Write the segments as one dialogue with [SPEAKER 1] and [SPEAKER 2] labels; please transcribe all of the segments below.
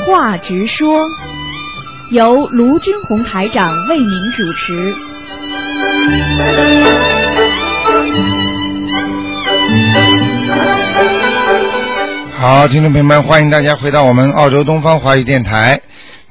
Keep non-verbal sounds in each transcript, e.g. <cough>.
[SPEAKER 1] 话直说，由卢军红台长为您主持。
[SPEAKER 2] 好，听众朋友们，欢迎大家回到我们澳洲东方华语电台。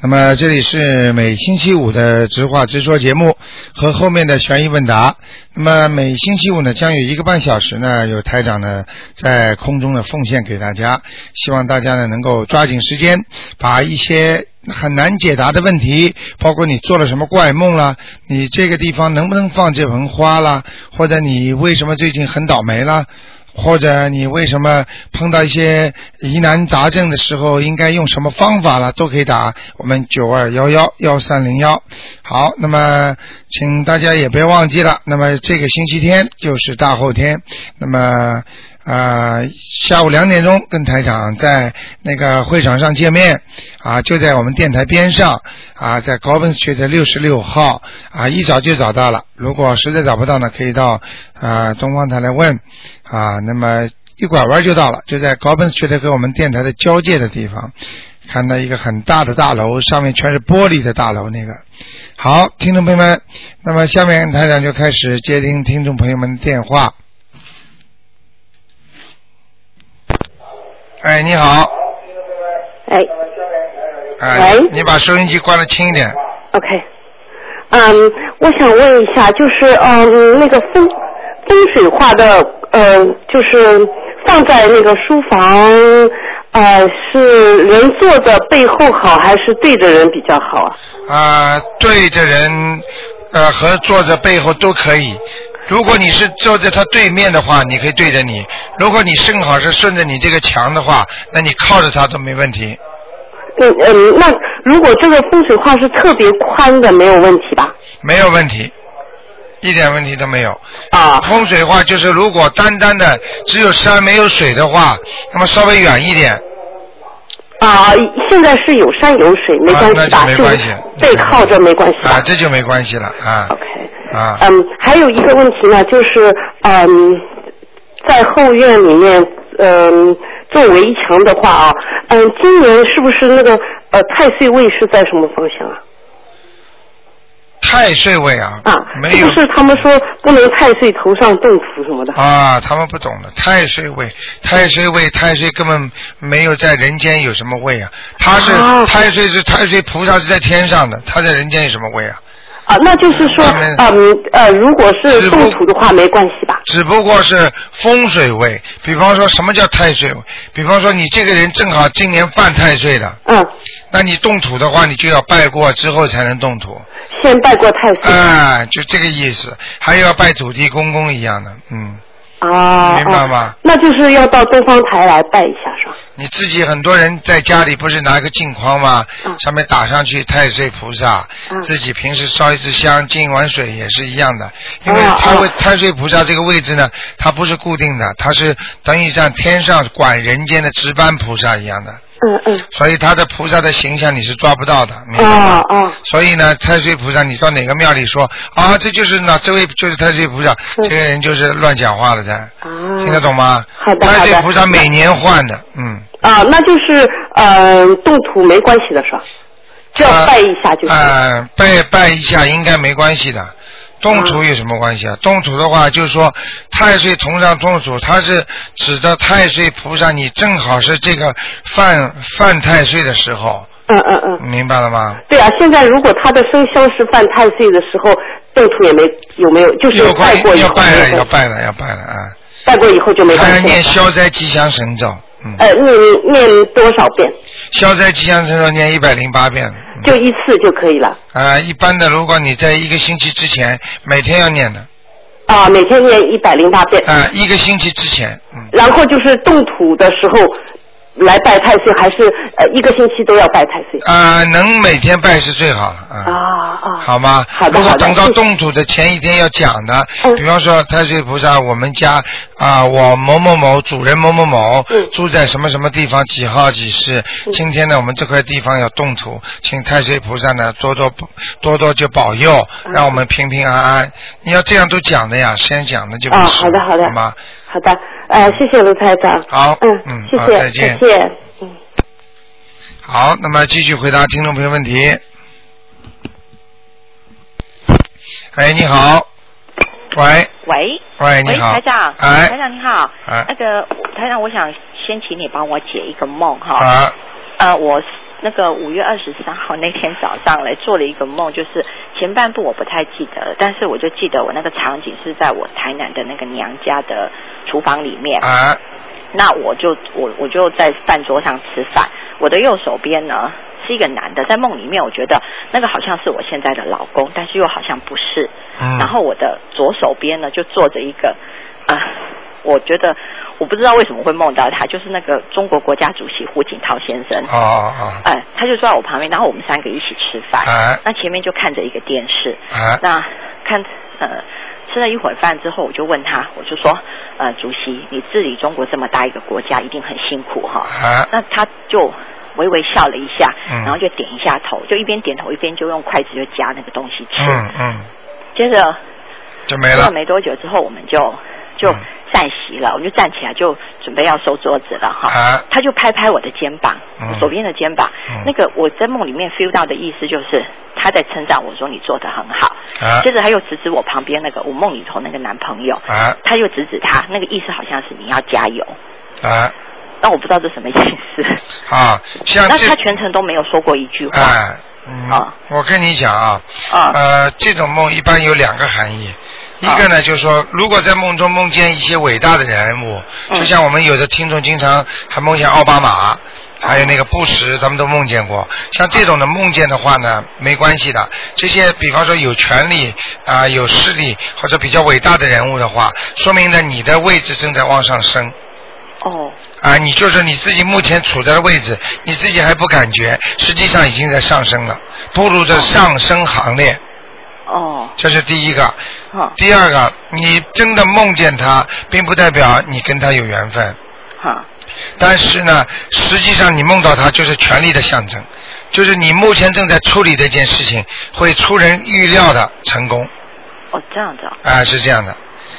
[SPEAKER 2] 那么这里是每星期五的直话直说节目和后面的悬疑问答。那么每星期五呢，将有一个半小时呢，有台长呢在空中呢奉献给大家。希望大家呢能够抓紧时间，把一些很难解答的问题，包括你做了什么怪梦啦，你这个地方能不能放这盆花啦，或者你为什么最近很倒霉啦。或者你为什么碰到一些疑难杂症的时候，应该用什么方法了，都可以打我们九二幺幺幺三零幺。好，那么请大家也别忘记了，那么这个星期天就是大后天，那么呃下午两点钟跟台长在那个会场上见面啊，就在我们电台边上啊，在 g o v i n Street 的六十六号啊，一找就找到了。如果实在找不到呢，可以到啊东方台来问。啊，那么一拐弯就到了，就在高奔学的跟我们电台的交界的地方，看到一个很大的大楼，上面全是玻璃的大楼那个。好，听众朋友们，那么下面台长就开始接听听众朋友们的电话。哎，你好，
[SPEAKER 3] 哎
[SPEAKER 2] 哎
[SPEAKER 3] 喂，
[SPEAKER 2] 你把收音机关的轻一点。
[SPEAKER 3] ，OK，嗯，我想问一下，就是嗯，那个风风水画的，呃，就是放在那个书房，呃，是人坐的背后好，还是对着人比较好啊？
[SPEAKER 2] 啊，对着人，呃，和坐着背后都可以。如果你是坐在他对面的话，你可以对着你；如果你正好是顺着你这个墙的话，那你靠着他都没问题。
[SPEAKER 3] 嗯嗯，那如果这个风水画是特别宽的，没有问题吧？
[SPEAKER 2] 没有问题，一点问题都没有。
[SPEAKER 3] 啊
[SPEAKER 2] 风水画就是，如果单单的只有山没有水的话，那么稍微远一点，
[SPEAKER 3] 啊，现在是有山有水，没关系吧？
[SPEAKER 2] 啊那就没关系
[SPEAKER 3] 是背靠着没关系吧？
[SPEAKER 2] 啊，这就没关系了啊
[SPEAKER 3] OK，
[SPEAKER 2] 啊
[SPEAKER 3] 嗯，还有一个问题呢，就是嗯，在后院里面，嗯，做围墙的话啊，嗯，今年是不是那个呃太岁位是在什么方向啊？
[SPEAKER 2] 太岁位啊，
[SPEAKER 3] 啊，
[SPEAKER 2] 没
[SPEAKER 3] 是
[SPEAKER 2] 有
[SPEAKER 3] 不是他们说不能太岁头上动土什么的？
[SPEAKER 2] 啊，他们不懂的，太岁位，太岁位，太岁根本没有在人间有什么位啊，他是、
[SPEAKER 3] 啊
[SPEAKER 2] 太岁是太岁菩萨是在天上的，他在人间有什么位啊？
[SPEAKER 3] 啊，那就是说，
[SPEAKER 2] 他
[SPEAKER 3] 嗯呃，如果
[SPEAKER 2] 是
[SPEAKER 3] 是
[SPEAKER 2] 不
[SPEAKER 3] 动土的话，没关系吧？
[SPEAKER 2] 只不过是风水位，比方说什么叫太岁位？比方说你这个人正好今年犯太岁了，
[SPEAKER 3] 嗯，
[SPEAKER 2] 那你动土的话，你就要拜过之后才能动土，
[SPEAKER 3] 先拜过太岁。
[SPEAKER 2] 啊，就这个意思，还要拜土地公公一样的，嗯。
[SPEAKER 3] 啊，
[SPEAKER 2] 明白吗
[SPEAKER 3] 啊那就是要到东方台来拜一下，是吧？
[SPEAKER 2] 你自己很多人在家里不是拿个镜框吗？
[SPEAKER 3] 嗯
[SPEAKER 2] 上面打上去太岁菩萨，
[SPEAKER 3] 嗯
[SPEAKER 2] 自己平时烧一支香、敬完水也是一样的，因为
[SPEAKER 3] 哦
[SPEAKER 2] 他会、
[SPEAKER 3] 哦
[SPEAKER 2] 太岁菩萨这个位置呢，它不是固定的，它是等于像天上管人间的值班菩萨一样的，
[SPEAKER 3] 嗯嗯。
[SPEAKER 2] 所以他的菩萨的形象你是抓不到的，明白吗？
[SPEAKER 3] 啊啊
[SPEAKER 2] 所以呢，太岁菩萨，你到哪个庙里说啊，这就是哪这位就是太岁菩萨，
[SPEAKER 3] 嗯
[SPEAKER 2] 这个人就是乱讲话了的，
[SPEAKER 3] 啊！
[SPEAKER 2] 听得懂吗？
[SPEAKER 3] 好的
[SPEAKER 2] 太
[SPEAKER 3] 好
[SPEAKER 2] 岁
[SPEAKER 3] 的
[SPEAKER 2] 菩萨每年换的，嗯。
[SPEAKER 3] 啊，那就是呃，动土没关系的是吧？只要
[SPEAKER 2] 啊
[SPEAKER 3] 拜一下就行。
[SPEAKER 2] 呃，拜拜一下应该没关系的。动土有什么关系啊？动土的话，就是说太岁同上动土，它是指的太岁菩萨，你正好是这个犯犯太岁的时候，
[SPEAKER 3] 嗯嗯嗯，
[SPEAKER 2] 明白了吗？
[SPEAKER 3] 对啊，现在如果他的生肖是犯太岁的时候，动土也没有没有，就是
[SPEAKER 2] 有关
[SPEAKER 3] 拜过以
[SPEAKER 2] 要
[SPEAKER 3] 后
[SPEAKER 2] 拜了，
[SPEAKER 3] 没关系
[SPEAKER 2] 要拜了，要拜了啊！
[SPEAKER 3] 拜过以后就没
[SPEAKER 2] 还要
[SPEAKER 3] 关
[SPEAKER 2] 念
[SPEAKER 3] 系了。
[SPEAKER 2] 消灾吉祥神咒，嗯，
[SPEAKER 3] 呃，念念多少遍？
[SPEAKER 2] 消灾吉祥神咒念一百零八遍，嗯
[SPEAKER 3] 就一次就可以了。
[SPEAKER 2] 啊，一般的，如果你在一个星期之前，每天要念的，
[SPEAKER 3] 啊，每天念一百零八遍，
[SPEAKER 2] 啊，一个星期之前，嗯，
[SPEAKER 3] 然后就是动土的时候来拜太岁，还是呃一个星期都要拜太岁？
[SPEAKER 2] 啊，能每天拜是最好了啊。
[SPEAKER 3] 啊啊！
[SPEAKER 2] 好吗？
[SPEAKER 3] 好的
[SPEAKER 2] 如果
[SPEAKER 3] 好的
[SPEAKER 2] 等到
[SPEAKER 3] 谢谢
[SPEAKER 2] 动土的前一天要讲的，
[SPEAKER 3] 嗯
[SPEAKER 2] 比方说太岁菩萨，我们家啊、我某某某主人某某某、
[SPEAKER 3] 嗯
[SPEAKER 2] 住在什么什么地方几号几室，今天呢我们这块地方要动土，请太岁菩萨呢多多多多就保佑，
[SPEAKER 3] 嗯
[SPEAKER 2] 让我们平平安安。你要这样都讲的呀，先讲的就不
[SPEAKER 3] 啊
[SPEAKER 2] 是、
[SPEAKER 3] 好的好的
[SPEAKER 2] 好吗？
[SPEAKER 3] 好的，呃，谢谢卢台长。
[SPEAKER 2] 好
[SPEAKER 3] 嗯
[SPEAKER 2] 嗯，
[SPEAKER 3] 谢
[SPEAKER 2] 好
[SPEAKER 3] 谢，
[SPEAKER 2] 再见
[SPEAKER 3] 谢谢，嗯。
[SPEAKER 2] 好，那么继续回答听众朋友问题。哎，你好，喂，
[SPEAKER 4] 喂，
[SPEAKER 2] 喂，你
[SPEAKER 4] 喂，
[SPEAKER 2] 好
[SPEAKER 4] 台，长，嗯
[SPEAKER 2] 哎
[SPEAKER 4] 台长你好，
[SPEAKER 2] 哎
[SPEAKER 4] 那个台长，我想先请你帮我解一个梦哈，
[SPEAKER 2] 啊，
[SPEAKER 4] 呃，我那个五月二十三号那天早上来做了一个梦，就是前半部我不太记得了，但是我就记得我那个场景是在我台南的那个娘家的厨房里面，
[SPEAKER 2] 啊，
[SPEAKER 4] 那我就我我就在饭桌上吃饭，我的右手边呢是一个男的，在梦里面我觉得那个好像是我现在的老公，但是又好像不是。
[SPEAKER 2] 嗯，
[SPEAKER 4] 然后我的左手边呢就坐着一个，啊、我觉得我不知道为什么会梦到他，就是那个中国国家主席胡锦涛先生，
[SPEAKER 2] 哦哦
[SPEAKER 4] 哎、他就坐在我旁边，然后我们三个一起吃
[SPEAKER 2] 哦，
[SPEAKER 4] 饭，
[SPEAKER 2] 哎
[SPEAKER 4] 那前面就看着一个电视，
[SPEAKER 2] 哎，
[SPEAKER 4] 那看呃吃了一会儿饭之后，我就问他，我就说，呃，主席，你治理中国这么大一个国家，一定很辛苦哈、
[SPEAKER 2] 哎，
[SPEAKER 4] 那他就微微笑了一下，
[SPEAKER 2] 嗯
[SPEAKER 4] 然后就点一下头，就一边点头一边就用筷子就夹那个东西吃，
[SPEAKER 2] 嗯嗯，
[SPEAKER 4] 接着
[SPEAKER 2] 就没
[SPEAKER 4] 过
[SPEAKER 2] 了
[SPEAKER 4] 了，没多久之后，我们就就
[SPEAKER 2] 嗯
[SPEAKER 4] 散席了，我们就站起来就准备要收桌子了哈。
[SPEAKER 2] 哎，
[SPEAKER 4] 他就拍拍我的肩膀，
[SPEAKER 2] 嗯
[SPEAKER 4] 我左边的肩膀。
[SPEAKER 2] 嗯
[SPEAKER 4] 那个我在梦里面 feel 到的意思就是他在称赞我说你做的很好。
[SPEAKER 2] 哎
[SPEAKER 4] 接着他又指指我旁边那个我梦里头那个男朋友，
[SPEAKER 2] 哎
[SPEAKER 4] 他又指指他，那个意思好像是你要加油。
[SPEAKER 2] 哎，
[SPEAKER 4] 但我不知道这什么意思。
[SPEAKER 2] 啊，像
[SPEAKER 4] 那
[SPEAKER 2] 这
[SPEAKER 4] 他，全程都没有说过一句话。
[SPEAKER 2] 哎，嗯
[SPEAKER 4] 啊，
[SPEAKER 2] 我跟你讲啊，
[SPEAKER 4] 啊
[SPEAKER 2] 呃，这种梦一般有两个含义。一个呢，就是说，如果在梦中梦见一些伟大的人物，
[SPEAKER 4] 嗯
[SPEAKER 2] 就像我们有的听众经常还梦见奥巴马，还有那个布什，咱们都梦见过。像这种的梦见的话呢，没关系的。这些比方说有权力啊、有势力或者比较伟大的人物的话，说明呢你的位置正在往上升。
[SPEAKER 4] 哦
[SPEAKER 2] 啊，你就是你自己目前处在的位置，你自己还不感觉，实际上已经在上升了，步入这上升行列，
[SPEAKER 4] 哦，
[SPEAKER 2] 这是第一个。
[SPEAKER 4] 哈
[SPEAKER 2] 第二个，你真的梦见他，并不代表你跟他有缘分，
[SPEAKER 4] 哈
[SPEAKER 2] 但是呢，实际上你梦到他就是权力的象征，就是你目前正在处理的一件事情会出人预料的成功，
[SPEAKER 4] 哦这样子哦
[SPEAKER 2] 啊，是这样的。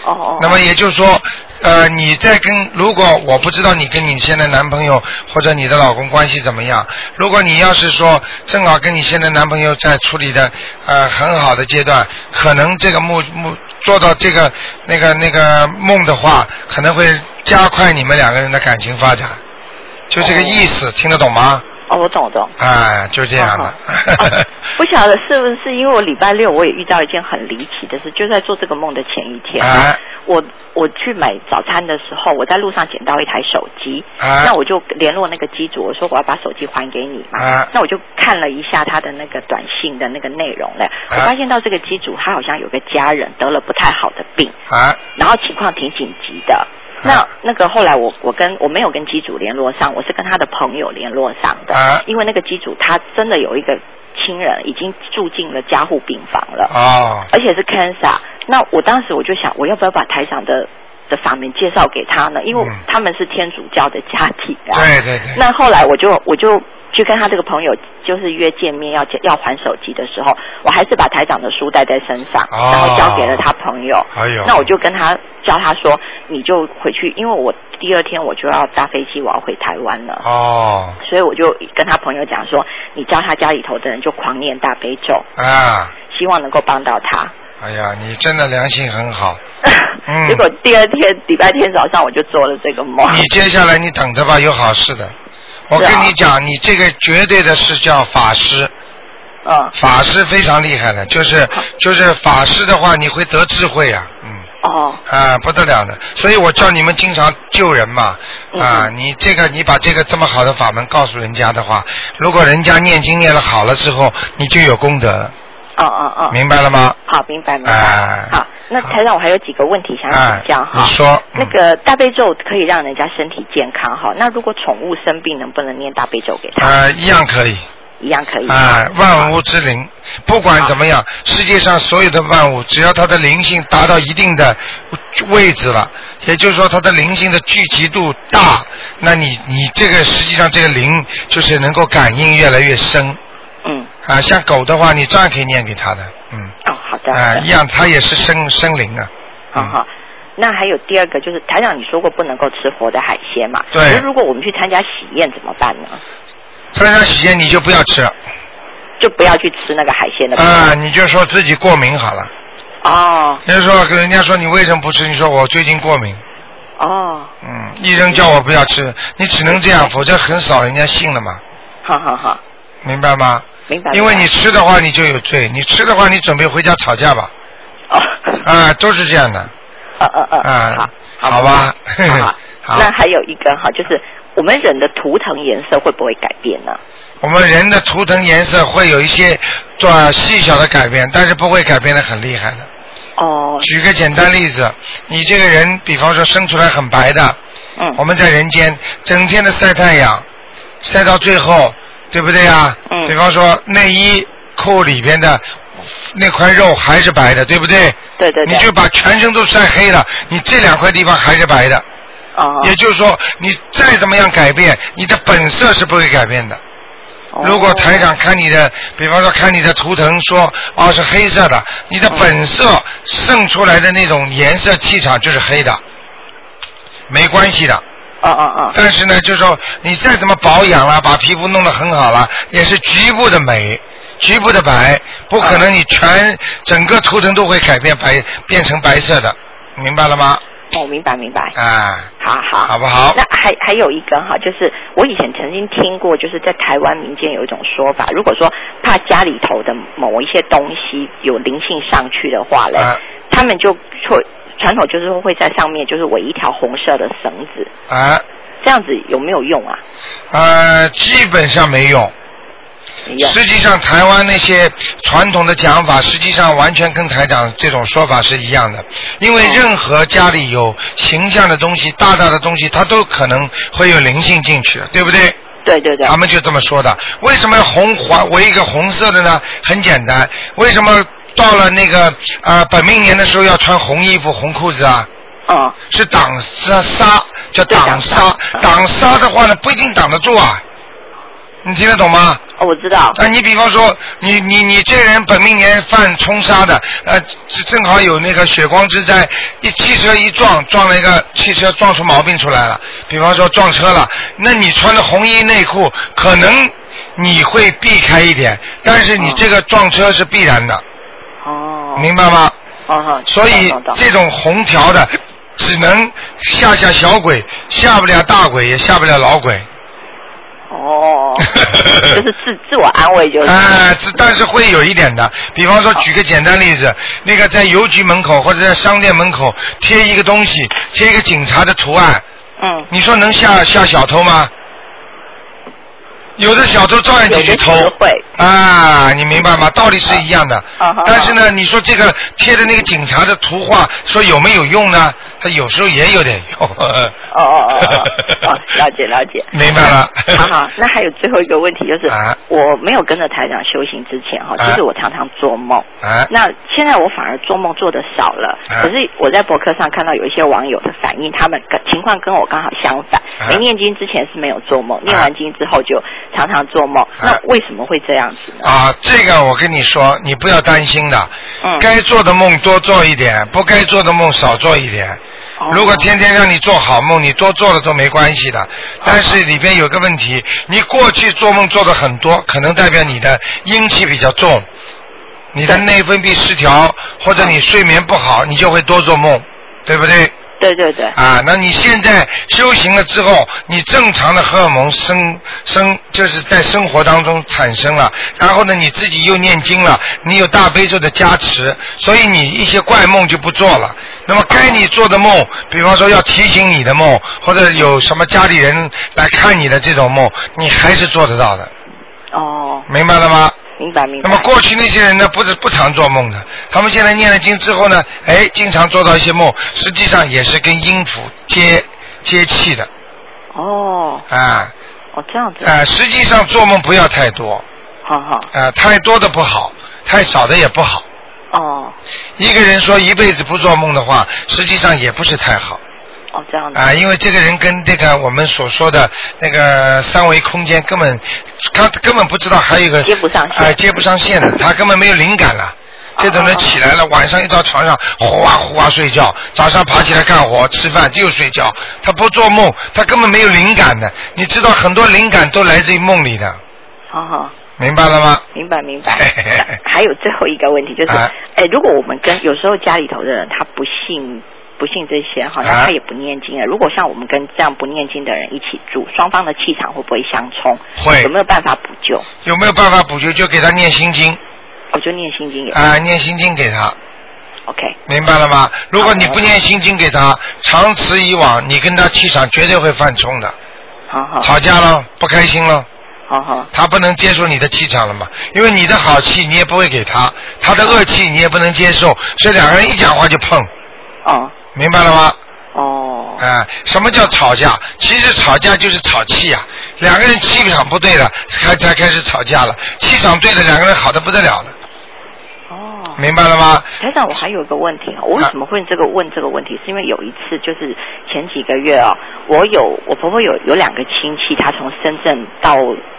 [SPEAKER 4] 哦哦。
[SPEAKER 2] 那么也就是说，呃，你在跟如果我不知道你跟你现在男朋友或者你的老公关系怎么样，如果你要是说正好跟你现在男朋友在处理的呃很好的阶段，可能这个目目做到这个那个那个梦的话，可能会加快你们两个人的感情发展，就这个意思，听得懂吗？
[SPEAKER 4] 哦我懂我懂。
[SPEAKER 2] 哎，就这样的。
[SPEAKER 4] 哦
[SPEAKER 2] <laughs>
[SPEAKER 4] 不晓得是不是因为我礼拜六我也遇到一件很离奇的事，就在做这个梦的前一
[SPEAKER 2] <laughs>
[SPEAKER 4] 天，
[SPEAKER 2] 哎
[SPEAKER 4] 我我去买早餐的时候，我在路上捡到一台手机，
[SPEAKER 2] 哎
[SPEAKER 4] 那我就联络那个机主，我说我要把手机还给你嘛，
[SPEAKER 2] 哎
[SPEAKER 4] 那我就看了一下他的那个短信的那个内容嘞，我
[SPEAKER 2] 哎
[SPEAKER 4] 发现到这个机主他好像有个家人得了不太好的病，
[SPEAKER 2] 哎
[SPEAKER 4] 然后情况挺紧急的。
[SPEAKER 2] 啊
[SPEAKER 4] 那那个后来我我跟我没有跟机主联络上，我是跟他的朋友联络上的，
[SPEAKER 2] 啊
[SPEAKER 4] 因为那个机主他真的有一个亲人已经住进了加护病房了，
[SPEAKER 2] 哦，
[SPEAKER 4] 而且是 cancer。那我当时我就想，我要不要把台长的的法门介绍给他呢？因为
[SPEAKER 2] 嗯
[SPEAKER 4] 他们是天主教的家庭啊。
[SPEAKER 2] 对对对，
[SPEAKER 4] 那后来我就我就去跟他这个朋友就是约见面要见要还手机的时候，我还是把台长的书带在身上，
[SPEAKER 2] 哦
[SPEAKER 4] 然后交给了他朋友。
[SPEAKER 2] 哎呦，
[SPEAKER 4] 那我就跟他叫他说，你就回去，因为我第二天我就要搭飞机，我要回台湾了。
[SPEAKER 2] 哦
[SPEAKER 4] 所以我就跟他朋友讲说，你叫他家里头的人就狂念大悲咒，
[SPEAKER 2] 啊。
[SPEAKER 4] 希望能够帮到他。
[SPEAKER 2] 哎呀，你真的良心很好。嗯
[SPEAKER 4] <laughs> 结果第二天礼拜天早上我就做了这个梦。
[SPEAKER 2] 你接下来你等着吧，有好事的。我
[SPEAKER 4] 是啊
[SPEAKER 2] 跟你讲，你这个绝对的是叫法师，
[SPEAKER 4] 嗯，
[SPEAKER 2] 法师非常厉害的，就是就是法师的话，你会得智慧啊，嗯。
[SPEAKER 4] 哦，
[SPEAKER 2] 啊，不得了的，所以我叫你们经常救人嘛。啊，
[SPEAKER 4] 嗯
[SPEAKER 2] 你这个你把这个这么好的法门告诉人家的话，如果人家念经念了好了之后，你就有功德了，
[SPEAKER 4] 嗯嗯嗯，
[SPEAKER 2] 明白了吗？
[SPEAKER 4] 好，明白明白。
[SPEAKER 2] 哎
[SPEAKER 4] 好，那台长，我还有几个问题想
[SPEAKER 2] 啊
[SPEAKER 4] 请教，哈。
[SPEAKER 2] 你说。
[SPEAKER 4] 那
[SPEAKER 2] 嗯
[SPEAKER 4] 个大悲咒可以让人家身体健康哈，那如果宠物生病，能不能念大悲咒给他？
[SPEAKER 2] 啊，一样可以。
[SPEAKER 4] 一样可以。
[SPEAKER 2] 啊，万物之灵，不管怎么样，世界上所有的万物，只要它的灵性达到一定的位置了，也就是说它的灵性的聚集度大，那你你这个实际上这个灵就是能够感应越来越深
[SPEAKER 4] 嗯，
[SPEAKER 2] 啊。像狗的话，你照样可以念给它的，嗯，
[SPEAKER 4] 哦，好的。好
[SPEAKER 2] 啊，
[SPEAKER 4] 的
[SPEAKER 2] 一样，它也是生生灵啊。
[SPEAKER 4] 好好。那还有第二个就是台长，你说过不能够吃活的海鲜嘛？
[SPEAKER 2] 对
[SPEAKER 4] 那如果我们去参加喜宴怎么办呢？
[SPEAKER 2] 三长喜鲜你就不要吃
[SPEAKER 4] 就不要去吃那个海鲜的。
[SPEAKER 2] 啊，你就说自己过敏好了。
[SPEAKER 4] 哦
[SPEAKER 2] 人家说跟人家说你为什么不吃？你说我最近过敏，
[SPEAKER 4] 哦，
[SPEAKER 2] 嗯，医生叫我不要吃，你只能这
[SPEAKER 4] 嗯
[SPEAKER 2] 样，否则很少人家信的嘛，
[SPEAKER 4] 好好好，
[SPEAKER 2] 明白吗？
[SPEAKER 4] 明白。
[SPEAKER 2] 因为你
[SPEAKER 4] 明白
[SPEAKER 2] 吃的话你就有罪，你吃的话你准备回家吵架吧，
[SPEAKER 4] 哦， <laughs>
[SPEAKER 2] 啊，都是这样的，
[SPEAKER 4] 呃呃呃，
[SPEAKER 2] 啊，
[SPEAKER 4] 好，
[SPEAKER 2] 好吧
[SPEAKER 4] 好
[SPEAKER 2] <laughs>
[SPEAKER 4] 好
[SPEAKER 2] 好
[SPEAKER 4] 那还有一个哈，就是我们人的图腾颜色会不会改变呢？
[SPEAKER 2] 我们人的图腾颜色会有一些做细小的改变，但是不会改变的很厉害的。
[SPEAKER 4] 哦，
[SPEAKER 2] 举个简单例子，你这个人，比方说生出来很白的，
[SPEAKER 4] 嗯，
[SPEAKER 2] 我们在人间整天的晒太阳，晒到最后，对不对呀？
[SPEAKER 4] 嗯
[SPEAKER 2] 比方说内衣裤里边的那块肉还是白的，对不对？
[SPEAKER 4] 对对对，
[SPEAKER 2] 你就把全身都晒黑了，你这两块地方还是白的，
[SPEAKER 4] 哦，
[SPEAKER 2] 也就是说，你再怎么样改变，你的本色是不会改变的。
[SPEAKER 4] 哦
[SPEAKER 2] 如果台长看你的，比方说看你的图腾说哦是黑色的，你
[SPEAKER 4] 嗯
[SPEAKER 2] 的本色渗出来的那种颜色气场就是黑的，没关系的。
[SPEAKER 4] 哦哦
[SPEAKER 2] 但是呢，就是说你再怎么保养啦，把皮肤弄得很好啦，也是局部的美，局部的白，不可能你全整个图腾都会改变白变成白色的，明白了吗？
[SPEAKER 4] 哦，我明白明白。
[SPEAKER 2] 啊，
[SPEAKER 4] 好好，
[SPEAKER 2] 好不好
[SPEAKER 4] 那还还有一个哈，就是我以前曾经听过，就是在台湾民间有一种说法，如果说怕家里头的某一些东西有灵性上去的话嘞，
[SPEAKER 2] 啊
[SPEAKER 4] 他们就会传统就是会在上面就是围一条红色的绳子，
[SPEAKER 2] 啊
[SPEAKER 4] 这样子有没有用啊？
[SPEAKER 2] 呃，基本上没用。
[SPEAKER 4] 没用。
[SPEAKER 2] 实际上，台湾那些传统的讲法，实际上完全跟台长这种说法是一样的。因为任何家里有形象的东西、大大的东西，它都可能会有灵性进去的，对不对？
[SPEAKER 4] 对对对
[SPEAKER 2] 他。们就这么说的。为什么红环围一个红色的呢？很简单，为什么到了那个呃本命年的时候要穿红衣服、红裤子啊？
[SPEAKER 4] 嗯，
[SPEAKER 2] 是挡杀杀，叫
[SPEAKER 4] 对
[SPEAKER 2] 挡
[SPEAKER 4] 挡
[SPEAKER 2] 杀
[SPEAKER 4] 杀。
[SPEAKER 2] 挡杀的话呢，不一定挡得住啊。你听得懂吗？
[SPEAKER 4] 哦，我知道。
[SPEAKER 2] 啊，你比方说，你你你这人本命年犯冲杀的，呃，正正好有那个血光之灾，一汽车一撞，撞了一个汽车撞出毛病出来了，比方说撞车了，那你穿的红衣内裤，可能你会避开一点，但是你这个撞车是必然的，
[SPEAKER 4] 哦。
[SPEAKER 2] 明白吗？
[SPEAKER 4] 哦哦。
[SPEAKER 2] 所以
[SPEAKER 4] 懂懂懂
[SPEAKER 2] 这种红条的，只能吓吓小鬼，吓不了大鬼，也吓不了老鬼。
[SPEAKER 4] 哦，就是自自我安慰就是。
[SPEAKER 2] 哎、这但是会有一点的。比方说，举个简单例子，那个在邮局门口或者在商店门口贴一个东西，贴一个警察的图案，
[SPEAKER 4] 嗯。
[SPEAKER 2] 你说能吓吓小偷吗？有的小偷照样进去偷
[SPEAKER 4] 有的小偷会，
[SPEAKER 2] 啊，你明白吗？道理是一样的
[SPEAKER 4] 啊啊啊。
[SPEAKER 2] 但是呢，你说这个贴的那个警察的图画，说有没有用呢？它有时候也有点用。 <laughs>
[SPEAKER 4] 哦哦哦哦，哦，了解了解。
[SPEAKER 2] 明白了。
[SPEAKER 4] 好好，那还有最后一个问题就是，
[SPEAKER 2] 啊
[SPEAKER 4] 我没有跟着台长修行之前哈，
[SPEAKER 2] 啊
[SPEAKER 4] 就是我常常做梦。
[SPEAKER 2] 啊
[SPEAKER 4] 那现在我反而做梦做的少了，
[SPEAKER 2] 啊
[SPEAKER 4] 可是我在博客上看到有一些网友的反应，他们跟情况跟我刚好相反。
[SPEAKER 2] 啊
[SPEAKER 4] 没念经之前是没有做梦，念完经之后就常常做梦。
[SPEAKER 2] 啊
[SPEAKER 4] 那为什么会这样子呢？
[SPEAKER 2] 啊，这个我跟你说，你不要担心的。
[SPEAKER 4] 嗯，
[SPEAKER 2] 该做的梦多做一点，不该做的梦少做一点。
[SPEAKER 4] 哦
[SPEAKER 2] 啊如果天天让你做好梦，你多做了都没关系的。但是里边有个问题，你过去做梦做的很多，可能代表你的阴气比较重，你的内分泌失调，或者你睡眠不好，你就会多做梦，对不对？
[SPEAKER 4] 对对对，
[SPEAKER 2] 啊，那你现在修行了之后，你正常的荷尔蒙生生就是在生活当中产生了，然后呢，你自己又念经了，你有大悲咒的加持，所以你一些怪梦就不做了。那么该你做的梦，比方说要提醒你的梦，或者有什么家里人来看你的这种梦，你还是做得到的，
[SPEAKER 4] 哦，
[SPEAKER 2] 明白了吗？
[SPEAKER 4] 明白明
[SPEAKER 2] 那
[SPEAKER 4] 白。
[SPEAKER 2] 么过去那些人呢，不是不常做梦的，他们现在念了经之后呢，哎，经常做到一些梦，实际上也是跟音符接接气的
[SPEAKER 4] 哦
[SPEAKER 2] 啊
[SPEAKER 4] 哦这样子，
[SPEAKER 2] 啊，实际上做梦不要太多
[SPEAKER 4] 好好
[SPEAKER 2] 啊，太多的不好，太少的也不好。
[SPEAKER 4] 哦
[SPEAKER 2] 一个人说一辈子不做梦的话，实际上也不是太好
[SPEAKER 4] 哦这样子。
[SPEAKER 2] 啊，因为这个人跟这个我们所说的那个三维空间根本，他根本不知道还有一个啊
[SPEAKER 4] 接不上线 <laughs>
[SPEAKER 2] 哎接不上线的，他根本没有灵感了。这种人起来
[SPEAKER 4] 哦
[SPEAKER 2] 了，晚上一到床上呼啊呼啊睡觉，早上爬起来干活、吃饭就睡觉，他不做梦，他根本没有灵感的。你知道很多灵感都来自于梦里的，
[SPEAKER 4] 好好。
[SPEAKER 2] 明白了吗？
[SPEAKER 4] 明白明白。还有最后一个问题就是，
[SPEAKER 2] 啊
[SPEAKER 4] 哎，如果我们跟有时候家里头的人他不信不信这些哈，
[SPEAKER 2] 啊
[SPEAKER 4] 那他也不念经了。如果像我们跟这样不念经的人一起住，双方的气场会不会相冲？
[SPEAKER 2] 会
[SPEAKER 4] 有没有办法补救？
[SPEAKER 2] 有没有办法补救？就给他念心经
[SPEAKER 4] 我就念心经也、
[SPEAKER 2] 啊、念心经给他，
[SPEAKER 4] OK。
[SPEAKER 2] 明白了吗？如果你
[SPEAKER 4] 好的
[SPEAKER 2] 不念心经给他，长此以往，你跟他气场绝对会犯冲的，
[SPEAKER 4] 好好
[SPEAKER 2] 吵架了，不开心了。
[SPEAKER 4] 好好
[SPEAKER 2] 他不能接受你的气场了嘛，因为你的好气你也不会给他，他的恶气你也不能接受，所以两个人一讲话就碰，
[SPEAKER 4] 哦
[SPEAKER 2] 明白了吗？
[SPEAKER 4] 哦
[SPEAKER 2] 啊、什么叫吵架？其实吵架就是吵气啊，两个人气场不对了，开才开始吵架了，气场对了，两个人好的不得了了，
[SPEAKER 4] 哦。
[SPEAKER 2] 明白了吗？
[SPEAKER 4] 台长，我还有一个问题哦，我为什么会这个问这个问题？是因为有一次，就是前几个月哦，我有我婆婆有有两个亲戚，她从深圳到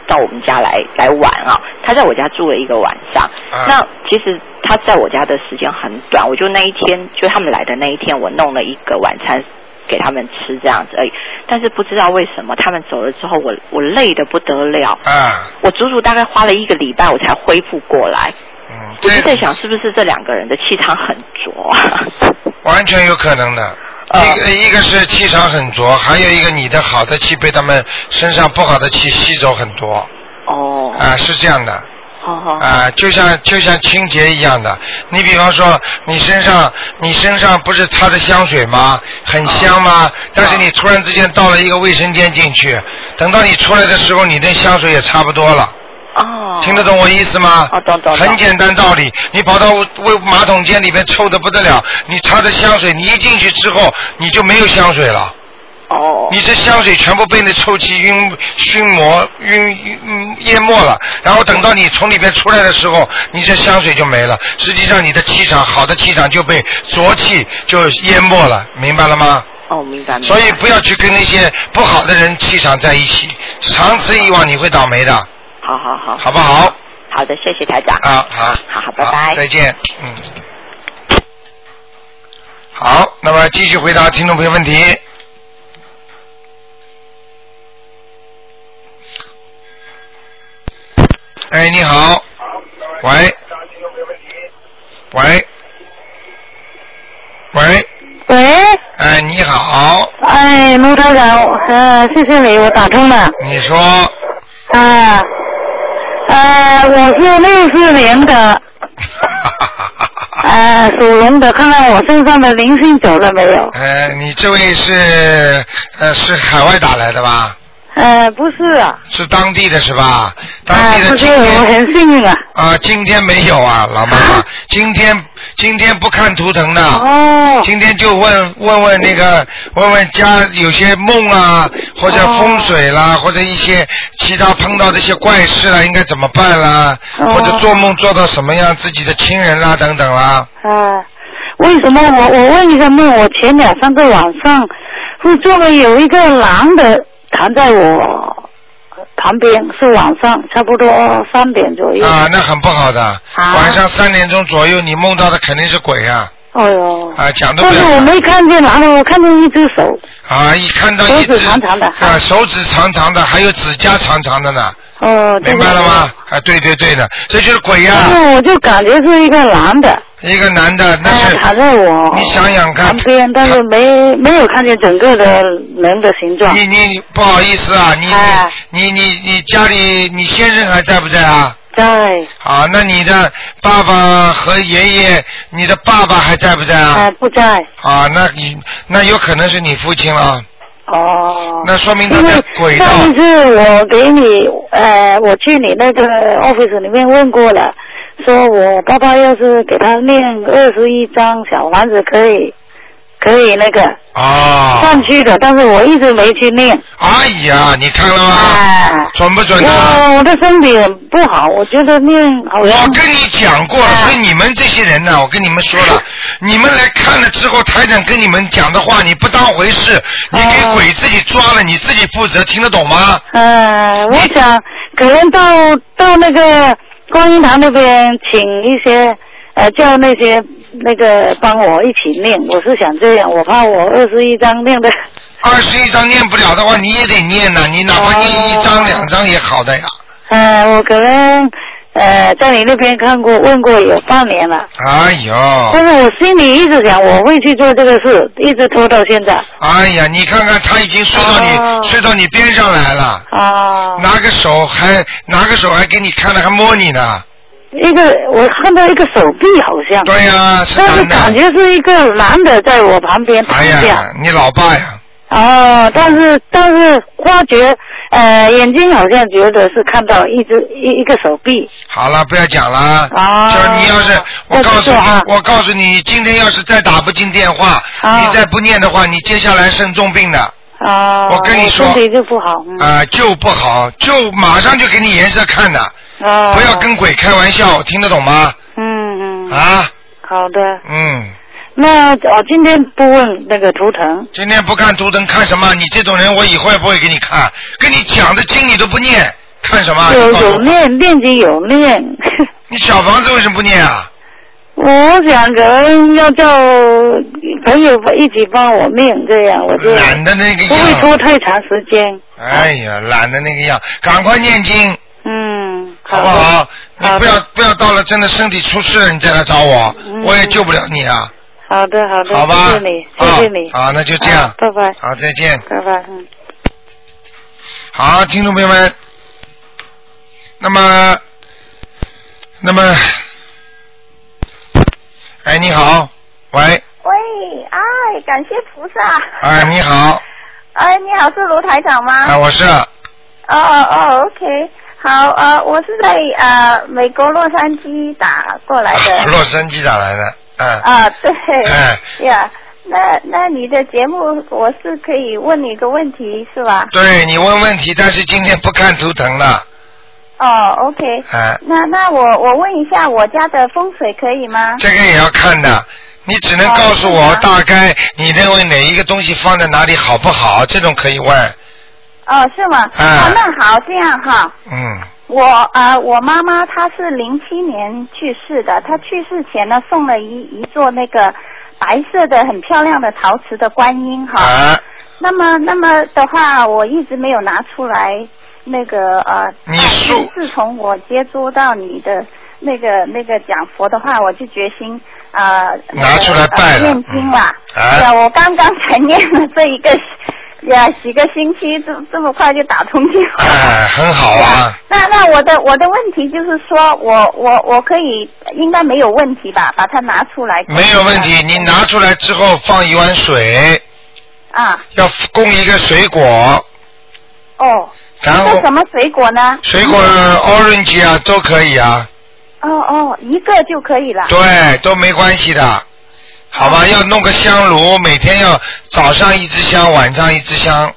[SPEAKER 4] 到我们家来来玩啊、她在我家住了一个晚上。
[SPEAKER 2] 啊
[SPEAKER 4] 那其实她在我家的时间很短，我就那一天就他们来的那一天，我弄了一个晚餐。给他们吃这样子而已，但是不知道为什么他们走了之后，我我累得不得了，
[SPEAKER 2] 啊，
[SPEAKER 4] 我足足大概花了一个礼拜我才恢复过来。
[SPEAKER 2] 嗯，
[SPEAKER 4] 我就在
[SPEAKER 2] 这
[SPEAKER 4] 想，是不是这两个人的气场很浊？
[SPEAKER 2] 完全有可能的。
[SPEAKER 4] 啊
[SPEAKER 2] 一个一个是气场很浊，还有一个你的好的气被他们身上不好的气吸走很多，啊、
[SPEAKER 4] <laughs> 哦，
[SPEAKER 2] 是这样的。
[SPEAKER 4] 好好
[SPEAKER 2] 啊、就像就像清洁一样的。你比方说，你身上你身上不是擦的香水吗？很香
[SPEAKER 4] 哦
[SPEAKER 2] 吗？但是你突然之间到了一个卫生间进去，等到你出来的时候，你那香水也差不多了。
[SPEAKER 4] 哦，
[SPEAKER 2] 听得懂我意思吗？
[SPEAKER 4] 哦懂懂懂
[SPEAKER 2] 很简单道理，你跑到卫马桶间里面臭的不得了，你擦的香水，你一进去之后，你就没有香水了。
[SPEAKER 4] 哦，
[SPEAKER 2] 你这香水全部被那臭气晕熏磨晕晕嗯淹没了，然后等到你从里边出来的时候，你这香水就没了。实际上你的气场，好的气场就被浊气就淹没了，明白了吗？
[SPEAKER 4] 哦，明白。明白
[SPEAKER 2] 所以不要去跟那些不好的人气场在一起，长此以往你会倒霉的，
[SPEAKER 4] 好好好，
[SPEAKER 2] 好不好？
[SPEAKER 4] 好的，谢谢台长。
[SPEAKER 2] 啊，好，
[SPEAKER 4] 好好拜拜
[SPEAKER 2] 再见，嗯。好，那么继续回答听众朋友问题。哎，你好，喂，喂，喂，
[SPEAKER 5] 喂，
[SPEAKER 2] 哎，你好，
[SPEAKER 5] 哎，卢台长，呃，谢谢你，我打通了。
[SPEAKER 2] 你说， <laughs>
[SPEAKER 5] 啊，呃，我是六四年的，呃，属龙的，看看我身上的灵性走了没有？
[SPEAKER 2] 呃，你这位是呃是海外打来的吧？
[SPEAKER 5] 呃，不是，啊，
[SPEAKER 2] 是当地的是吧？当
[SPEAKER 5] 啊
[SPEAKER 2] 地的
[SPEAKER 5] 不是，
[SPEAKER 2] 今
[SPEAKER 5] 我
[SPEAKER 2] 天
[SPEAKER 5] 很幸运啊。
[SPEAKER 2] 啊、今天没有啊，老妈妈
[SPEAKER 5] 啊，
[SPEAKER 2] 今天今天不看图腾的，
[SPEAKER 5] 哦，
[SPEAKER 2] 今天就问问问那个问问家有些梦啊，或者
[SPEAKER 5] 哦
[SPEAKER 2] 风水啦，或者一些其他碰到这些怪事啦，应该怎么办啦？
[SPEAKER 5] 哦
[SPEAKER 2] 或者做梦做到什么样，自己的亲人啦等等啦。
[SPEAKER 5] 啊，为什么我我问一个梦？我前两三个晚上是做了有一个狼的躺在我呃旁边，是晚上差不多三点左右。
[SPEAKER 2] 啊，那很不好的，
[SPEAKER 5] 啊
[SPEAKER 2] 晚上三点钟左右你梦到的肯定是鬼啊！
[SPEAKER 5] 哎呦！
[SPEAKER 2] 啊，讲都
[SPEAKER 5] 但
[SPEAKER 2] 不
[SPEAKER 5] 是
[SPEAKER 2] 要
[SPEAKER 5] 我
[SPEAKER 2] 讲
[SPEAKER 5] 没看见哪里，我看见一只手。
[SPEAKER 2] 啊！一看到一只
[SPEAKER 5] 手指长长的
[SPEAKER 2] 啊，手指长长的，还有指甲长长的呢。
[SPEAKER 5] 哦，
[SPEAKER 2] 明白了吗？？啊，对对对的，这就是鬼呀、
[SPEAKER 5] 但是我就感觉是一个男的，
[SPEAKER 2] 一个男的，那
[SPEAKER 5] 嗯哎
[SPEAKER 2] 是、
[SPEAKER 5] 躺在我
[SPEAKER 2] 你想想看
[SPEAKER 5] 旁，边，但是没没有看见整个的人的形状。
[SPEAKER 2] 你你不好意思啊，你、
[SPEAKER 5] 哎
[SPEAKER 2] 你你你你家里你先生还在不在啊？
[SPEAKER 5] 在
[SPEAKER 2] 啊，那你的爸爸和爷爷，你的爸爸还在不在
[SPEAKER 5] 啊
[SPEAKER 2] 啊？
[SPEAKER 5] 不在？
[SPEAKER 2] 啊，那你那有可能是你父亲了，
[SPEAKER 5] 哦。
[SPEAKER 2] 那说明他
[SPEAKER 5] 因为
[SPEAKER 2] 在鬼道
[SPEAKER 5] 上一次我给你，呃，我去你那个 office 里面问过了，说我爸爸要是给他念二十一张小房子，可以，可以那个
[SPEAKER 2] 啊。
[SPEAKER 5] 上去的，但是我一直没去念。
[SPEAKER 2] 哎呀，你看了吗？
[SPEAKER 5] 哎，
[SPEAKER 2] 准不准啊？
[SPEAKER 5] 我我的身体很不好，我觉得念好
[SPEAKER 2] 我
[SPEAKER 5] 像
[SPEAKER 2] 跟你讲过了，
[SPEAKER 5] 哎
[SPEAKER 2] 所以你们这些人呢、我跟你们说了，你们来看了之后，台长跟你们讲的话，你不当回事，你给
[SPEAKER 5] 哦
[SPEAKER 2] 鬼自己抓了，你自己负责，听得懂吗？
[SPEAKER 6] 哎
[SPEAKER 5] 呃，我想可能到到那个观音堂那边请一些
[SPEAKER 6] 呃，叫那些那个帮我一起念，我是想这样，我怕我二十一章念的，
[SPEAKER 2] 二十一章念不了的话，你也得念呐、你哪怕念一章
[SPEAKER 6] 哦
[SPEAKER 2] 两章也好的呀。
[SPEAKER 6] 呃， <laughs> 我可能呃在你那边看过问过有半年了，
[SPEAKER 2] 哎呦，
[SPEAKER 5] 嗯
[SPEAKER 6] 但是我心里一直想我会去做这个事，一直拖到现在
[SPEAKER 2] 哎呀，你看看他已经睡到你、
[SPEAKER 6] 哦
[SPEAKER 2] 睡到你边上来了，
[SPEAKER 6] 啊。
[SPEAKER 5] 哦
[SPEAKER 2] 拿个手还拿个手还给你看了，还摸你呢。
[SPEAKER 6] 一个我看到一个手臂好
[SPEAKER 5] 嗯
[SPEAKER 6] 像，
[SPEAKER 2] 对呀、是
[SPEAKER 6] 但是
[SPEAKER 2] 男
[SPEAKER 6] 感
[SPEAKER 2] 的。
[SPEAKER 6] 觉是一个男的在我旁边
[SPEAKER 5] 啊
[SPEAKER 6] 躺
[SPEAKER 2] 哎
[SPEAKER 6] 下。
[SPEAKER 2] 呀，你老爸呀，
[SPEAKER 6] 哦，但是但是发觉，呃，眼睛好像觉得是看到一只一一个手臂。
[SPEAKER 2] 好了，不要讲了。
[SPEAKER 6] 哦
[SPEAKER 2] 就是你要是，我
[SPEAKER 6] 那
[SPEAKER 2] 告
[SPEAKER 6] 不
[SPEAKER 2] 诉
[SPEAKER 6] 错
[SPEAKER 2] 你
[SPEAKER 6] 啊，
[SPEAKER 2] 我告诉你，今天要是再打不进电话，
[SPEAKER 6] 哦
[SPEAKER 2] 你再不念的话，你接下来生重病的，啊、
[SPEAKER 6] 哦，
[SPEAKER 2] 我跟你说啊
[SPEAKER 6] 身体就不好。嗯。
[SPEAKER 2] 就不好，就马上就给你颜色看的，
[SPEAKER 6] 哦。
[SPEAKER 2] 不要。跟鬼开玩笑，听得懂吗？
[SPEAKER 6] 嗯嗯。
[SPEAKER 2] 啊，
[SPEAKER 6] 好的，
[SPEAKER 2] 嗯，
[SPEAKER 6] 那我今天不问那个图腾。
[SPEAKER 2] 今天不看图腾看什么？你这种人，我以后也不会给你看，跟你讲的经你都不念，看什么？
[SPEAKER 6] 有
[SPEAKER 2] 啊你告诉
[SPEAKER 6] 有
[SPEAKER 2] 我
[SPEAKER 6] 念念经有念， <laughs>
[SPEAKER 2] 你小房子为什么不念啊？
[SPEAKER 6] 我想可能要叫朋友一起帮我念，这样我就
[SPEAKER 2] 懒得那个
[SPEAKER 6] 不会拖
[SPEAKER 2] 样，
[SPEAKER 6] 太长时间。
[SPEAKER 2] 哎呀，懒得那个样，赶快念经。
[SPEAKER 6] 嗯，
[SPEAKER 2] 好
[SPEAKER 6] 的
[SPEAKER 2] 不？好？你
[SPEAKER 6] 好的
[SPEAKER 2] 不要不要到了真的身体出事了，你再来找我，
[SPEAKER 6] 嗯
[SPEAKER 2] 我也救不了你啊，
[SPEAKER 6] 好的，好的，
[SPEAKER 2] 好吧？
[SPEAKER 6] 谢谢你，谢
[SPEAKER 2] 啊
[SPEAKER 6] 谢你，
[SPEAKER 2] 好，那就这样
[SPEAKER 6] 啊，拜拜，
[SPEAKER 2] 好，再见。
[SPEAKER 6] 拜拜，嗯。
[SPEAKER 2] 好，听众朋友们，那么，那么，哎，你好，喂，
[SPEAKER 5] 喂，哎，感谢菩萨。
[SPEAKER 2] 哎，你
[SPEAKER 6] 啊
[SPEAKER 2] 好，
[SPEAKER 5] 哎，你好，是卢台长吗？
[SPEAKER 2] 哎，我是，
[SPEAKER 5] 哦哦哦，OK，好，呃，我是在呃美国洛杉矶打过来
[SPEAKER 2] <laughs>
[SPEAKER 5] 的。
[SPEAKER 2] 啊洛杉矶打来的，嗯，
[SPEAKER 5] 啊，对。
[SPEAKER 2] 哎，
[SPEAKER 5] 呀、那那你的节目，我是可以问你一个问题是吧？
[SPEAKER 2] 对你问问题，但是今天不看图腾了，
[SPEAKER 5] 哦，OK。
[SPEAKER 2] 哎，
[SPEAKER 5] 那那我我问一下，我家的风水可以吗？
[SPEAKER 2] 这个也要看的，你只能告诉
[SPEAKER 5] 哦
[SPEAKER 2] 我
[SPEAKER 5] 是吗
[SPEAKER 2] 大概你认为哪一个东西放在哪里好不好，这种可以问。
[SPEAKER 5] 哦，是吗？
[SPEAKER 2] 哎
[SPEAKER 5] 啊，那好，这样哈。
[SPEAKER 2] 嗯，
[SPEAKER 5] 我呃，我妈妈她是零七年去世的，她去世前呢送了一一座那个白色的很漂亮的陶瓷的观音哈。
[SPEAKER 2] 啊，
[SPEAKER 5] 那么那么的话，我一直没有拿出来那个呃。
[SPEAKER 2] 你
[SPEAKER 5] 但是
[SPEAKER 2] 送
[SPEAKER 5] 自从我接触到你的那个那个讲佛的话，我就决心啊、呃、
[SPEAKER 2] 拿出来拜了
[SPEAKER 5] 呃念经啦。
[SPEAKER 2] 嗯啊
[SPEAKER 5] 对啊，我刚刚才念了这一个。呀，几个星期，这这么快就打通电话。
[SPEAKER 2] 哎，很好啊，
[SPEAKER 5] 那那我的我的问题就是说，我我我可以应该没有问题吧？把它拿出来。
[SPEAKER 2] 没有问题。你拿出来之后放一碗水，
[SPEAKER 5] 啊
[SPEAKER 2] 要供一个水果，
[SPEAKER 5] 哦。
[SPEAKER 2] 然
[SPEAKER 5] 这
[SPEAKER 2] 后
[SPEAKER 5] 什么水果呢？
[SPEAKER 2] 水果 orange 啊都可以啊，
[SPEAKER 5] 哦哦，一个就可以了。
[SPEAKER 2] 对，都没关系的。好吧，要弄个香炉，每天要早上一支香，晚上一支香。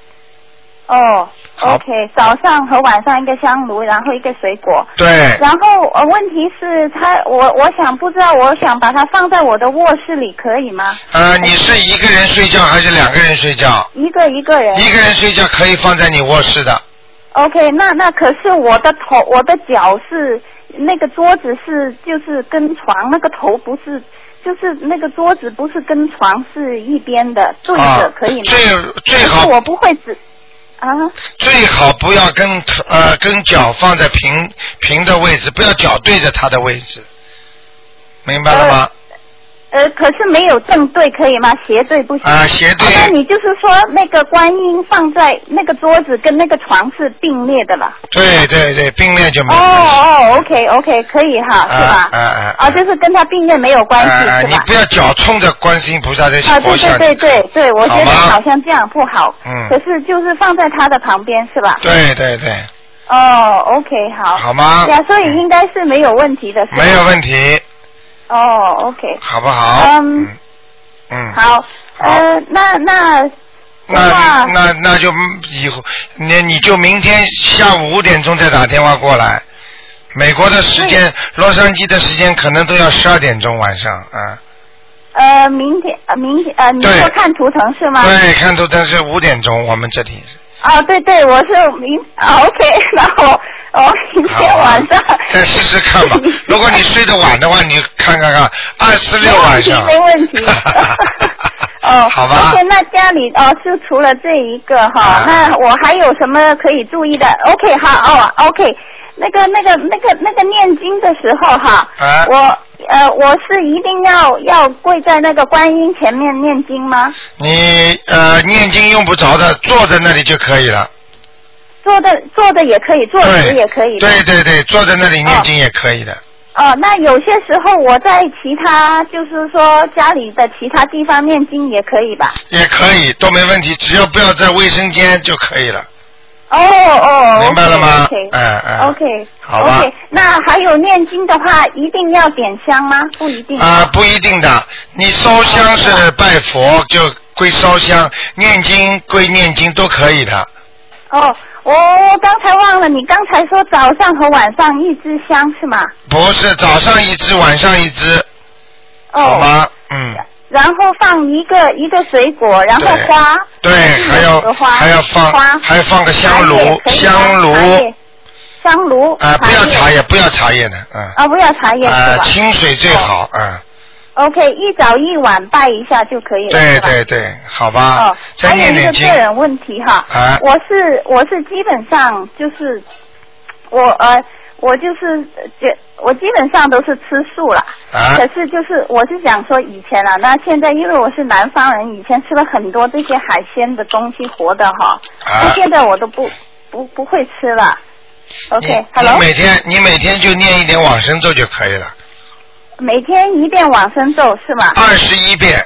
[SPEAKER 5] 哦
[SPEAKER 2] 好
[SPEAKER 5] ，OK，早上和晚上一个香炉，然后一个水果。
[SPEAKER 2] 对，
[SPEAKER 5] 然后呃，问题是他，我我想不知道，我想把它放在我的卧室里，可以吗？
[SPEAKER 2] 呃，你是一个人睡觉还是两个人睡觉？
[SPEAKER 5] 一个一个人。
[SPEAKER 2] 一个人睡觉可以放在你卧室的，
[SPEAKER 5] OK，那那可是我的头，我的脚是那个桌子是就是跟床那个头不是，就是那个桌子不是跟床是一边的对着、
[SPEAKER 2] 啊，
[SPEAKER 5] 可以吗？
[SPEAKER 2] 最最
[SPEAKER 5] 可
[SPEAKER 2] 好
[SPEAKER 5] 是我不会只啊
[SPEAKER 2] 最好不要跟头呃跟脚放在平平的位置，不要脚对着它的位置，明白了吗？
[SPEAKER 5] 呃，可是没有正对可以吗？斜对不行。
[SPEAKER 2] 啊，斜对
[SPEAKER 5] 哦那你就是说那个观音放在那个桌子跟那个床是并列的了？
[SPEAKER 2] 对对对，并列就没
[SPEAKER 5] 哦
[SPEAKER 2] 有关系。
[SPEAKER 5] 哦，OK OK，可以哈，是吧？
[SPEAKER 2] 嗯啊啊啊
[SPEAKER 5] 哦，就是跟它并列没有关系、
[SPEAKER 2] 啊啊
[SPEAKER 5] 是
[SPEAKER 2] 你
[SPEAKER 5] 吧？
[SPEAKER 2] 不要脚冲着观世音菩萨在
[SPEAKER 5] 啊，
[SPEAKER 2] 佛
[SPEAKER 5] 对
[SPEAKER 2] 像
[SPEAKER 5] 对
[SPEAKER 2] 里
[SPEAKER 5] 对对对，我觉得
[SPEAKER 2] 好吗
[SPEAKER 5] 好像这样不好。
[SPEAKER 2] 嗯
[SPEAKER 5] 可是就是放在他的旁边是吧？
[SPEAKER 2] 对对对，
[SPEAKER 5] 哦，OK，好。
[SPEAKER 2] 好吗嗯
[SPEAKER 5] 对？啊，所以应该是没有问题的。是吧
[SPEAKER 2] 没有。问题，
[SPEAKER 5] 哦，OK，
[SPEAKER 2] 好不好？
[SPEAKER 5] 嗯
[SPEAKER 2] 嗯嗯，
[SPEAKER 5] 好。呃，那那
[SPEAKER 2] 那
[SPEAKER 5] 哇
[SPEAKER 2] 那那就以后，那你就明天下午五点钟再打电话过来。美国的时间，洛杉矶的时间可能都要十二点钟晚上啊。
[SPEAKER 5] 呃，明天呃明天呃，你
[SPEAKER 2] 对
[SPEAKER 5] 说看图腾是吗？。
[SPEAKER 2] 对，看图腾是五点钟，我们这里。
[SPEAKER 5] 啊哦，对对，我是明、啊、OK，然后 <laughs> 哦，明天晚上。
[SPEAKER 2] 再试试看
[SPEAKER 5] <laughs>
[SPEAKER 2] 吧。如果你睡得晚的话，你看看看，二四六晚上。
[SPEAKER 5] 没问题，没问题。
[SPEAKER 2] <laughs>
[SPEAKER 5] 哦，
[SPEAKER 2] 好吧
[SPEAKER 5] 而且那家里哦，就除了这一个哈、
[SPEAKER 2] 啊
[SPEAKER 5] 那我还有什么可以注意的？OK，好哦，OK。那个、那个、那个、那个念经的时候哈，
[SPEAKER 2] 啊
[SPEAKER 5] 我呃，我是一定要要跪在那个观音前面念经吗？
[SPEAKER 2] 你呃念经用不着的，坐在那里就可以了。
[SPEAKER 5] 坐的坐的也可以，坐
[SPEAKER 2] 对
[SPEAKER 5] 直也可以的。
[SPEAKER 2] 对对对，坐在那里念经也可以的。
[SPEAKER 5] 哦，那有些时候我在其他，就是说家里的其他地方念经也可以吧？
[SPEAKER 2] 也可以，都没问题，只要不要在卫生间就可以了。
[SPEAKER 5] 哦哦，
[SPEAKER 2] 明白了吗
[SPEAKER 5] OK，
[SPEAKER 2] 哎哎
[SPEAKER 5] OK，
[SPEAKER 2] 好吧
[SPEAKER 5] OK，那还有念经的话，一定要点香吗？不一定。
[SPEAKER 2] 啊、不一定的，你烧香是拜佛就归烧香，念经归念经都可以的。
[SPEAKER 5] 哦，我我刚才忘了，你刚才说早上和晚上一支香是吗？
[SPEAKER 2] 不是早上一支，晚上一支，好
[SPEAKER 5] 哦，
[SPEAKER 2] 吗？嗯，
[SPEAKER 5] 然后放一个一个水果，然后
[SPEAKER 2] 对
[SPEAKER 5] 花。
[SPEAKER 2] 对，还
[SPEAKER 5] 嗯有
[SPEAKER 2] 要
[SPEAKER 5] 个花
[SPEAKER 2] 还要放
[SPEAKER 5] 花，
[SPEAKER 2] 还放个香
[SPEAKER 5] 茶叶
[SPEAKER 2] 炉，
[SPEAKER 5] 可以吗
[SPEAKER 2] 香炉
[SPEAKER 5] 茶叶香炉
[SPEAKER 2] 啊、不要茶
[SPEAKER 5] 叶
[SPEAKER 2] 叶，不要茶叶的，嗯，啊、
[SPEAKER 5] 啊，不要茶叶是吧？
[SPEAKER 2] 清水最好，嗯，
[SPEAKER 5] OK，一早一晚拜一下就可以了。
[SPEAKER 2] 对
[SPEAKER 5] 是吧。
[SPEAKER 2] 对对，好吧，
[SPEAKER 5] 哦，
[SPEAKER 2] 再
[SPEAKER 5] 还有
[SPEAKER 2] 念
[SPEAKER 5] 一
[SPEAKER 2] 点
[SPEAKER 5] 个
[SPEAKER 2] 经
[SPEAKER 5] 个，人问题哈，
[SPEAKER 2] 啊
[SPEAKER 5] 我是我是基本上就是我呃我就是呃觉我基本上都是吃素了，
[SPEAKER 2] 啊
[SPEAKER 5] 可是就是我是想说以前啊，那现在因为我是南方人，以前吃了很多这些海鲜的东西活的哈，
[SPEAKER 2] 啊
[SPEAKER 5] 那现在我都不不不会吃了。
[SPEAKER 2] 你
[SPEAKER 5] OK，Hello，、
[SPEAKER 2] 你每天你每天就念一点往生咒就可以了，
[SPEAKER 5] 每天一遍往生咒是吗？
[SPEAKER 2] 二十一遍，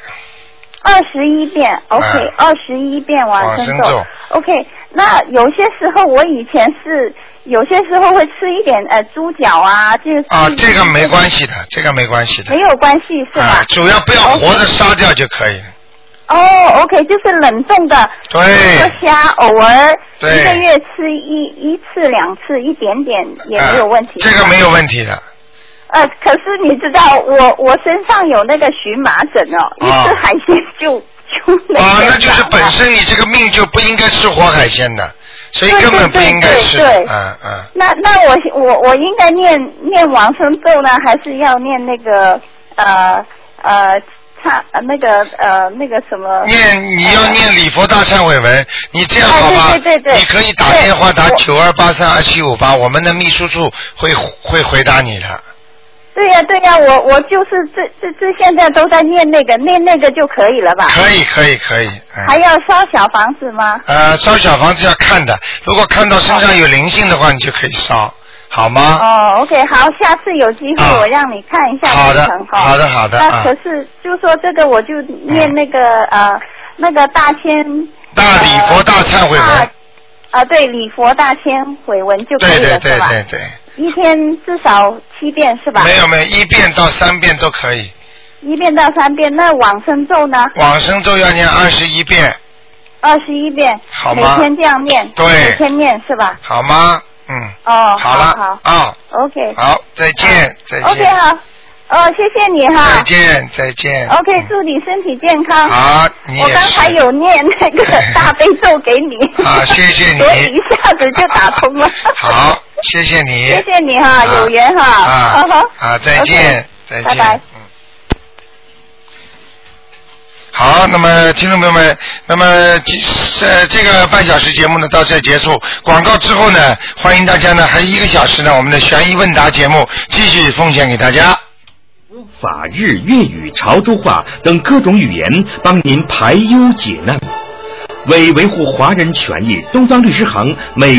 [SPEAKER 5] 二十一遍，OK，二十一遍往
[SPEAKER 2] 哎往
[SPEAKER 5] 生
[SPEAKER 2] 生咒
[SPEAKER 5] 咒，OK。那有些时候我以前是，有些时候会吃一点呃猪脚啊，就是吃
[SPEAKER 2] 啊
[SPEAKER 5] 一，
[SPEAKER 2] 这个没关系的，这个没关系的
[SPEAKER 5] 没，有关系是吧
[SPEAKER 2] 啊，？主要不要活着杀掉就可以了，
[SPEAKER 5] 哦，OK，就是冷冻的，
[SPEAKER 2] 对
[SPEAKER 5] 一个虾偶尔一
[SPEAKER 2] 对
[SPEAKER 5] 个月吃一一次两次，一点点也
[SPEAKER 2] 啊
[SPEAKER 5] 没有问题。
[SPEAKER 2] 这个没有问题的，
[SPEAKER 5] 呃，可是你知道我我身上有那个荨麻疹哦，一
[SPEAKER 2] 啊
[SPEAKER 5] 吃海鲜就就那
[SPEAKER 2] 啊，
[SPEAKER 5] 个
[SPEAKER 2] 那就是
[SPEAKER 5] 长
[SPEAKER 2] 本
[SPEAKER 5] 了
[SPEAKER 2] 身你这个命就不应该吃活海鲜的，所以
[SPEAKER 5] 对
[SPEAKER 2] 根本不
[SPEAKER 5] 对对
[SPEAKER 2] 应该吃，
[SPEAKER 5] 对对
[SPEAKER 2] 嗯嗯，
[SPEAKER 5] 那那我我我应该念念往生咒呢，还是要念那个呃呃唱呃那个呃那个什么？
[SPEAKER 2] 念你要念礼佛大忏悔文，你这样好吧？
[SPEAKER 5] 哎嗯对对对对
[SPEAKER 2] 你可以打
[SPEAKER 5] 对
[SPEAKER 2] 电话打
[SPEAKER 5] 我
[SPEAKER 2] 九二八三二七五八，我们的秘书处会会回答你的。
[SPEAKER 5] 啊对呀、对呀、我我就是这这这现在都在念那个念那个就可以了吧？
[SPEAKER 2] 可以可以可以，嗯。
[SPEAKER 5] 还要烧小房子吗？
[SPEAKER 2] 呃，烧小房子要看的，如果看到身上有灵性的话，你就可以烧，好吗？
[SPEAKER 5] 哦，OK，好，下次有机
[SPEAKER 2] 啊
[SPEAKER 5] 会我让你看一下
[SPEAKER 2] 好的
[SPEAKER 5] 流程哈。
[SPEAKER 2] 好的好的啊
[SPEAKER 5] 那可是就说这个，我就念那个、呃那个大千
[SPEAKER 2] 大礼佛大忏悔文
[SPEAKER 5] 啊、啊对，礼佛大千悔文就可
[SPEAKER 2] 对
[SPEAKER 5] 以了
[SPEAKER 2] 对对
[SPEAKER 5] 是吧？
[SPEAKER 2] 对对，
[SPEAKER 5] 一天至少七遍是吧？
[SPEAKER 2] 没有没有，一遍到三遍都可以。
[SPEAKER 5] 一遍到三遍，那往生咒呢？
[SPEAKER 2] 往生咒要念二十一遍，
[SPEAKER 5] 二十一遍，
[SPEAKER 2] 好
[SPEAKER 5] 每
[SPEAKER 2] 吗
[SPEAKER 5] 天这样念，
[SPEAKER 2] 对
[SPEAKER 5] 每天念是吧？
[SPEAKER 2] 好吗？嗯，
[SPEAKER 5] 哦，
[SPEAKER 2] 好
[SPEAKER 5] 好嗯
[SPEAKER 2] 了，啊，
[SPEAKER 5] ，OK，
[SPEAKER 2] 好，再见，再
[SPEAKER 5] o k
[SPEAKER 2] 见，
[SPEAKER 5] 好，哦，谢谢你
[SPEAKER 2] 再
[SPEAKER 5] 哈
[SPEAKER 2] 见，再见。
[SPEAKER 5] ，OK，
[SPEAKER 2] 嗯
[SPEAKER 5] 祝你身体健康。
[SPEAKER 2] 好，你
[SPEAKER 5] 我
[SPEAKER 2] 也
[SPEAKER 5] 刚才
[SPEAKER 2] 是
[SPEAKER 5] 有念那个大悲咒给你，
[SPEAKER 2] 啊，谢谢你，。
[SPEAKER 5] 所以一下子就打通了
[SPEAKER 2] 好，，谢谢你，
[SPEAKER 5] 谢谢你哈，
[SPEAKER 2] 啊
[SPEAKER 5] 有缘哈，
[SPEAKER 2] 啊
[SPEAKER 5] 呵呵
[SPEAKER 2] 啊，再见，再见，
[SPEAKER 5] 拜拜
[SPEAKER 2] 嗯。好，那么听众朋友们，那么这呃这个半小时节目呢到这结束，广告之后呢，欢迎大家呢还有一个小时呢，我们的悬疑问答节目继续奉献给大家。
[SPEAKER 7] 法日、粤语、潮州话等各种语言，帮您排忧解难。为维护华人权益，东方律师行每